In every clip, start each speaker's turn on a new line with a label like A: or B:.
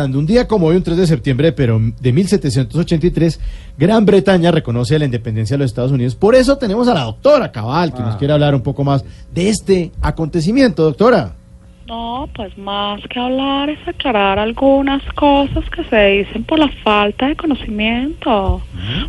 A: Un día como hoy, un 3 de septiembre, pero de 1783, Gran Bretaña reconoce la independencia de los Estados Unidos. Por eso tenemos a la doctora Cabal, que nos quiere hablar un poco más de este acontecimiento, doctora.
B: No, pues más que hablar es aclarar algunas cosas que se dicen por la falta de conocimiento.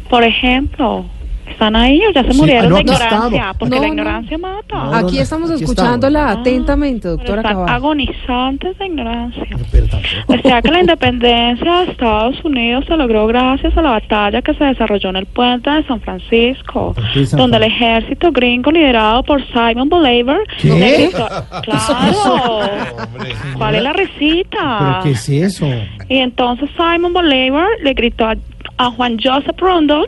B: Por ejemplo, ¿están ahí o ya se
A: Mm. Sí,
B: murieron
A: ah, no,
B: de
A: aquí
B: ignorancia?
A: estamos.
B: Porque
C: No,
B: la
C: no.
B: ignorancia mata.
A: No, no,
C: Aquí estamos
A: aquí
C: escuchándola
B: Ah,
C: atentamente,
B: pero
C: doctora
B: están
C: Cabal.
B: agonizantes de ignorancia.
A: Ah, Pero tampoco.
B: Decía que la independencia de Estados Unidos se logró gracias a la batalla que se desarrolló en el puente de San Francisco,
A: ¿Por qué San
B: donde el
A: Fran-
B: ejército gringo liderado por Simon Bolívar...
A: ¿Qué?
B: conquistó-
A: eso?
B: ¡Claro! ¿Cuál es la risita?
A: ¿Pero qué es eso?
B: Y entonces Simon Bolívar le gritó a, a Juan Joseph Rondon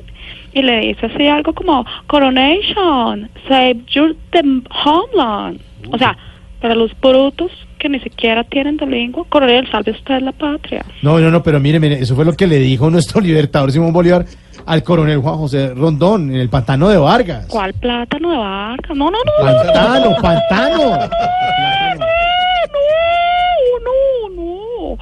B: y le dice así algo como Coronation, save your dem- homeland. O sea, para los brutos que ni siquiera tienen de lengua, coronel, salve usted la patria.
A: No, no, no, pero mire, mire, eso fue lo que le dijo nuestro libertador Simón Bolívar al coronel Juan José Rondón en el pantano de Vargas.
B: ¿Cuál plátano de barca? No, no, no, no, no,
A: Pantano, pantano.
B: no, no, no.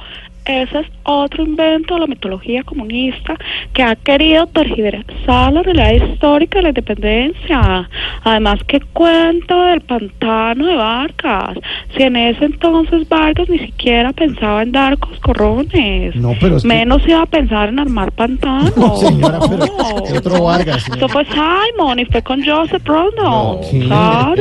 B: Ese es otro invento de la mitología comunista que ha querido tergiversar la realidad histórica de la independencia. Además, que cuento del pantano de Vargas? Si en ese entonces Vargas ni siquiera pensaba en dar coscorrones.
A: No, pero es que-
B: Menos iba a pensar en armar pantanos.
A: No, señora, pero
B: No.
A: es otro Vargas. señora.
B: Eso fue Simon y fue con Joseph Rondon.
A: ¿Qué?
B: claro.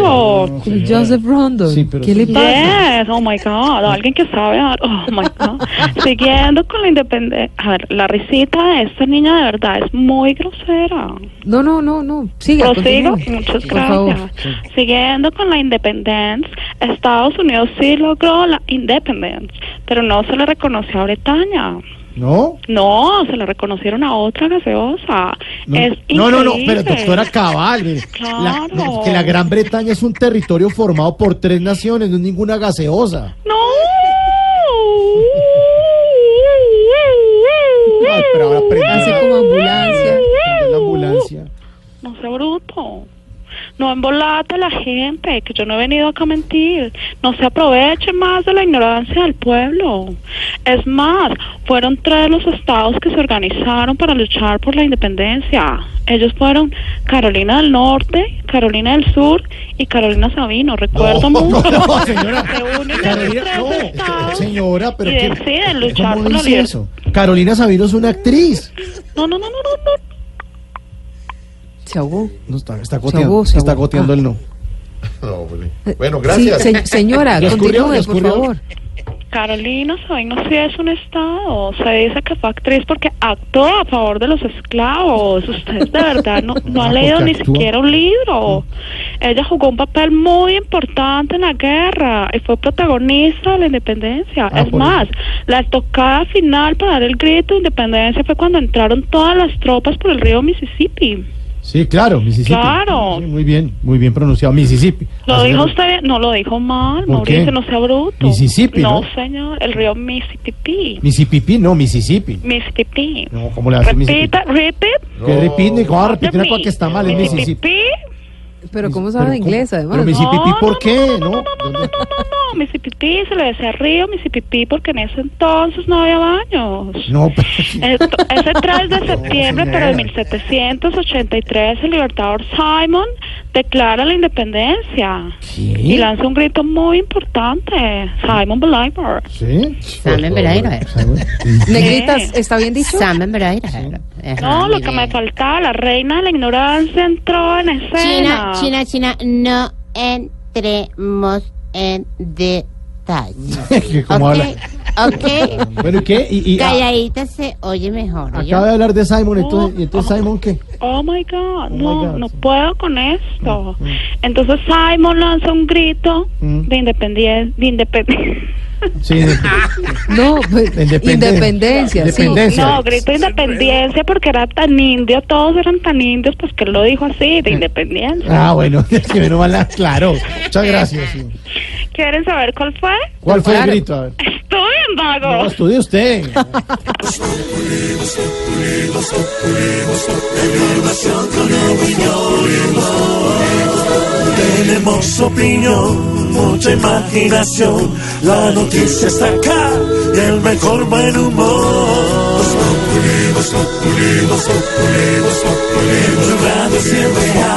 A: No,
C: Con
A: señora.
C: Joseph Rondon.
A: Sí, pero
C: ¿Qué le
A: sí.
C: pasa?
B: Yes, oh my God, alguien que sabe. dar- Oh my God. Siguiendo con la independencia. A ver, la risita de esta niña de verdad es muy grosera.
C: No, no, no, no. Siga.
A: pues,
B: Prosigo,
C: continúe.
B: muchas
C: Por favor.
B: gracias. Siguiendo con la independencia, Estados Unidos sí logró la independencia, pero no se le reconoció a Bretaña.
A: ¿No?
B: No, se le reconocieron a otra gaseosa.
A: No,
B: es
A: no, no, no, pero
B: increíble.
A: doctora Cabal, mire, la-
B: Claro.
A: que la Gran Bretaña es un territorio formado por tres naciones, no es ninguna gaseosa.
B: No.
A: Ay, pero ahora prende
C: Así
A: la-
C: como ambulancia.
A: prende la ambulancia.
B: No sea bruto. No embolate a la gente, que yo no he venido acá a mentir. No se aproveche más de la ignorancia del pueblo. Es más, fueron tres los estados que se organizaron para luchar por la independencia. Ellos fueron Carolina del Norte, Carolina del Sur y Carolina Sabino. Recuerdo
A: No,
B: mucho.
A: no, señora.
B: Se unen los
A: Carolina,
B: tres
A: no,
B: estados
A: señora, pero
B: y
A: qué-
B: deciden luchar
A: ¿cómo
B: por la
A: dice
B: libertad.
A: eso? Carolina Sabino es una actriz.
B: No, no, no, no, no, no.
C: Se ahogó.
A: No, está, está goteando,
C: ahogó, se
A: está
C: ahogó.
A: goteando
C: Ah.
A: el no.
D: No, hombre. Bueno, gracias.
C: Sí, se- señora,
A: ¿Le Oh, escurrió? ¿Le
C: continúe, por
A: escurrió?
C: favor.
B: Carolina Sabino sí es un estado. Se dice que fue actriz porque actuó a favor de los esclavos. Ustedes de verdad no, no
A: Ah,
B: han leído
A: porque
B: ni
A: actuó. Mm.
B: siquiera un libro. Ella jugó un papel muy importante en la guerra y fue protagonista de la independencia.
A: Ah,
B: es
A: por
B: más, la tocada final para dar el grito de independencia fue cuando entraron todas las tropas por el río Mississippi.
A: Sí, claro, Mississippi.
B: Claro.
A: Sí, muy bien, muy bien pronunciado, Mississippi.
B: Lo
A: Así
B: dijo
A: que-
B: usted, bien. no lo dijo
A: Ah,
B: mal,
A: ¿Por qué?
B: Mauricio, no sea bruto.
A: Mississippi, ¿no?
B: señor, el río Mississippi.
A: Mississippi, no, Mississippi.
B: Mississippi.
A: No, ¿cómo le hace Mississippi?
B: Repita, repeat.
A: Que Ah, repite, ¿cómo va a repetir
B: After
A: una cosa
B: me.
A: que está mal en
B: Mississippi.
A: Mississippi?
C: Pero ¿cómo
A: Pero
C: sabe de inglés,
A: ¿cómo?
C: además?
A: Pero Mississippi,
B: No, no,
A: ¿por
B: no,
A: qué?
B: no, no,
A: ¿No?
B: no, no, no, no, Mississippi se le decía río Mississippi porque en ese entonces no había baños.
A: No, pero-
B: Esto- Ese 3 de septiembre, pero de
A: señora.
B: 1783, el libertador Simon declara la independencia y
A: ¿Qué?
B: lanza un grito muy importante, Simon Bolívar.
A: ¿Sí?
E: Samen Pereira.
C: Negritas, ¿está bien dicho?
E: Samen Pereira.
A: Ah,
E: Ajá,
B: No, lo
E: muy
B: que
E: bien.
B: me faltaba, la reina de la ignorancia entró en escena.
E: China, China, China, no entremos en detalles.
A: ¿Qué- ¿Cómo
E: ok,
A: habla?
E: ok.
A: Bueno, ¿y qué? ¿Y, y- ah,
E: Calladita se oye mejor. ¿oyó?
A: acaba de hablar de Simon, entonces,
B: No.
A: ¿y entonces Simon qué?
B: Oh my God, no,
A: my God,
B: no
A: sí.
B: puedo con esto. Entonces Simon lanza un grito
A: Mm.
B: de independencia, de independencia.
A: Sí,
C: No, pues,
A: Independencia.
C: independencia. sí.
A: Independencia.
B: No, grito de independencia porque era tan indio, todos eran tan indios, pues que él lo dijo así,
A: Mm.
B: de independencia.
A: ah, bueno, es que menos mal, claro. Muchas gracias. sí.
B: ¿Quieren saber cuál fue?
A: ¿Cuál fue el
C: Claro.
A: grito? A ver.
B: Estoy en
A: No,
B: vago.
A: estudie usted.
F: Tenemos opinión, mucha imaginación. La noticia está acá y del mejor buen humor. Los populi, los populi, los populi, los populi, Blue Radio siempre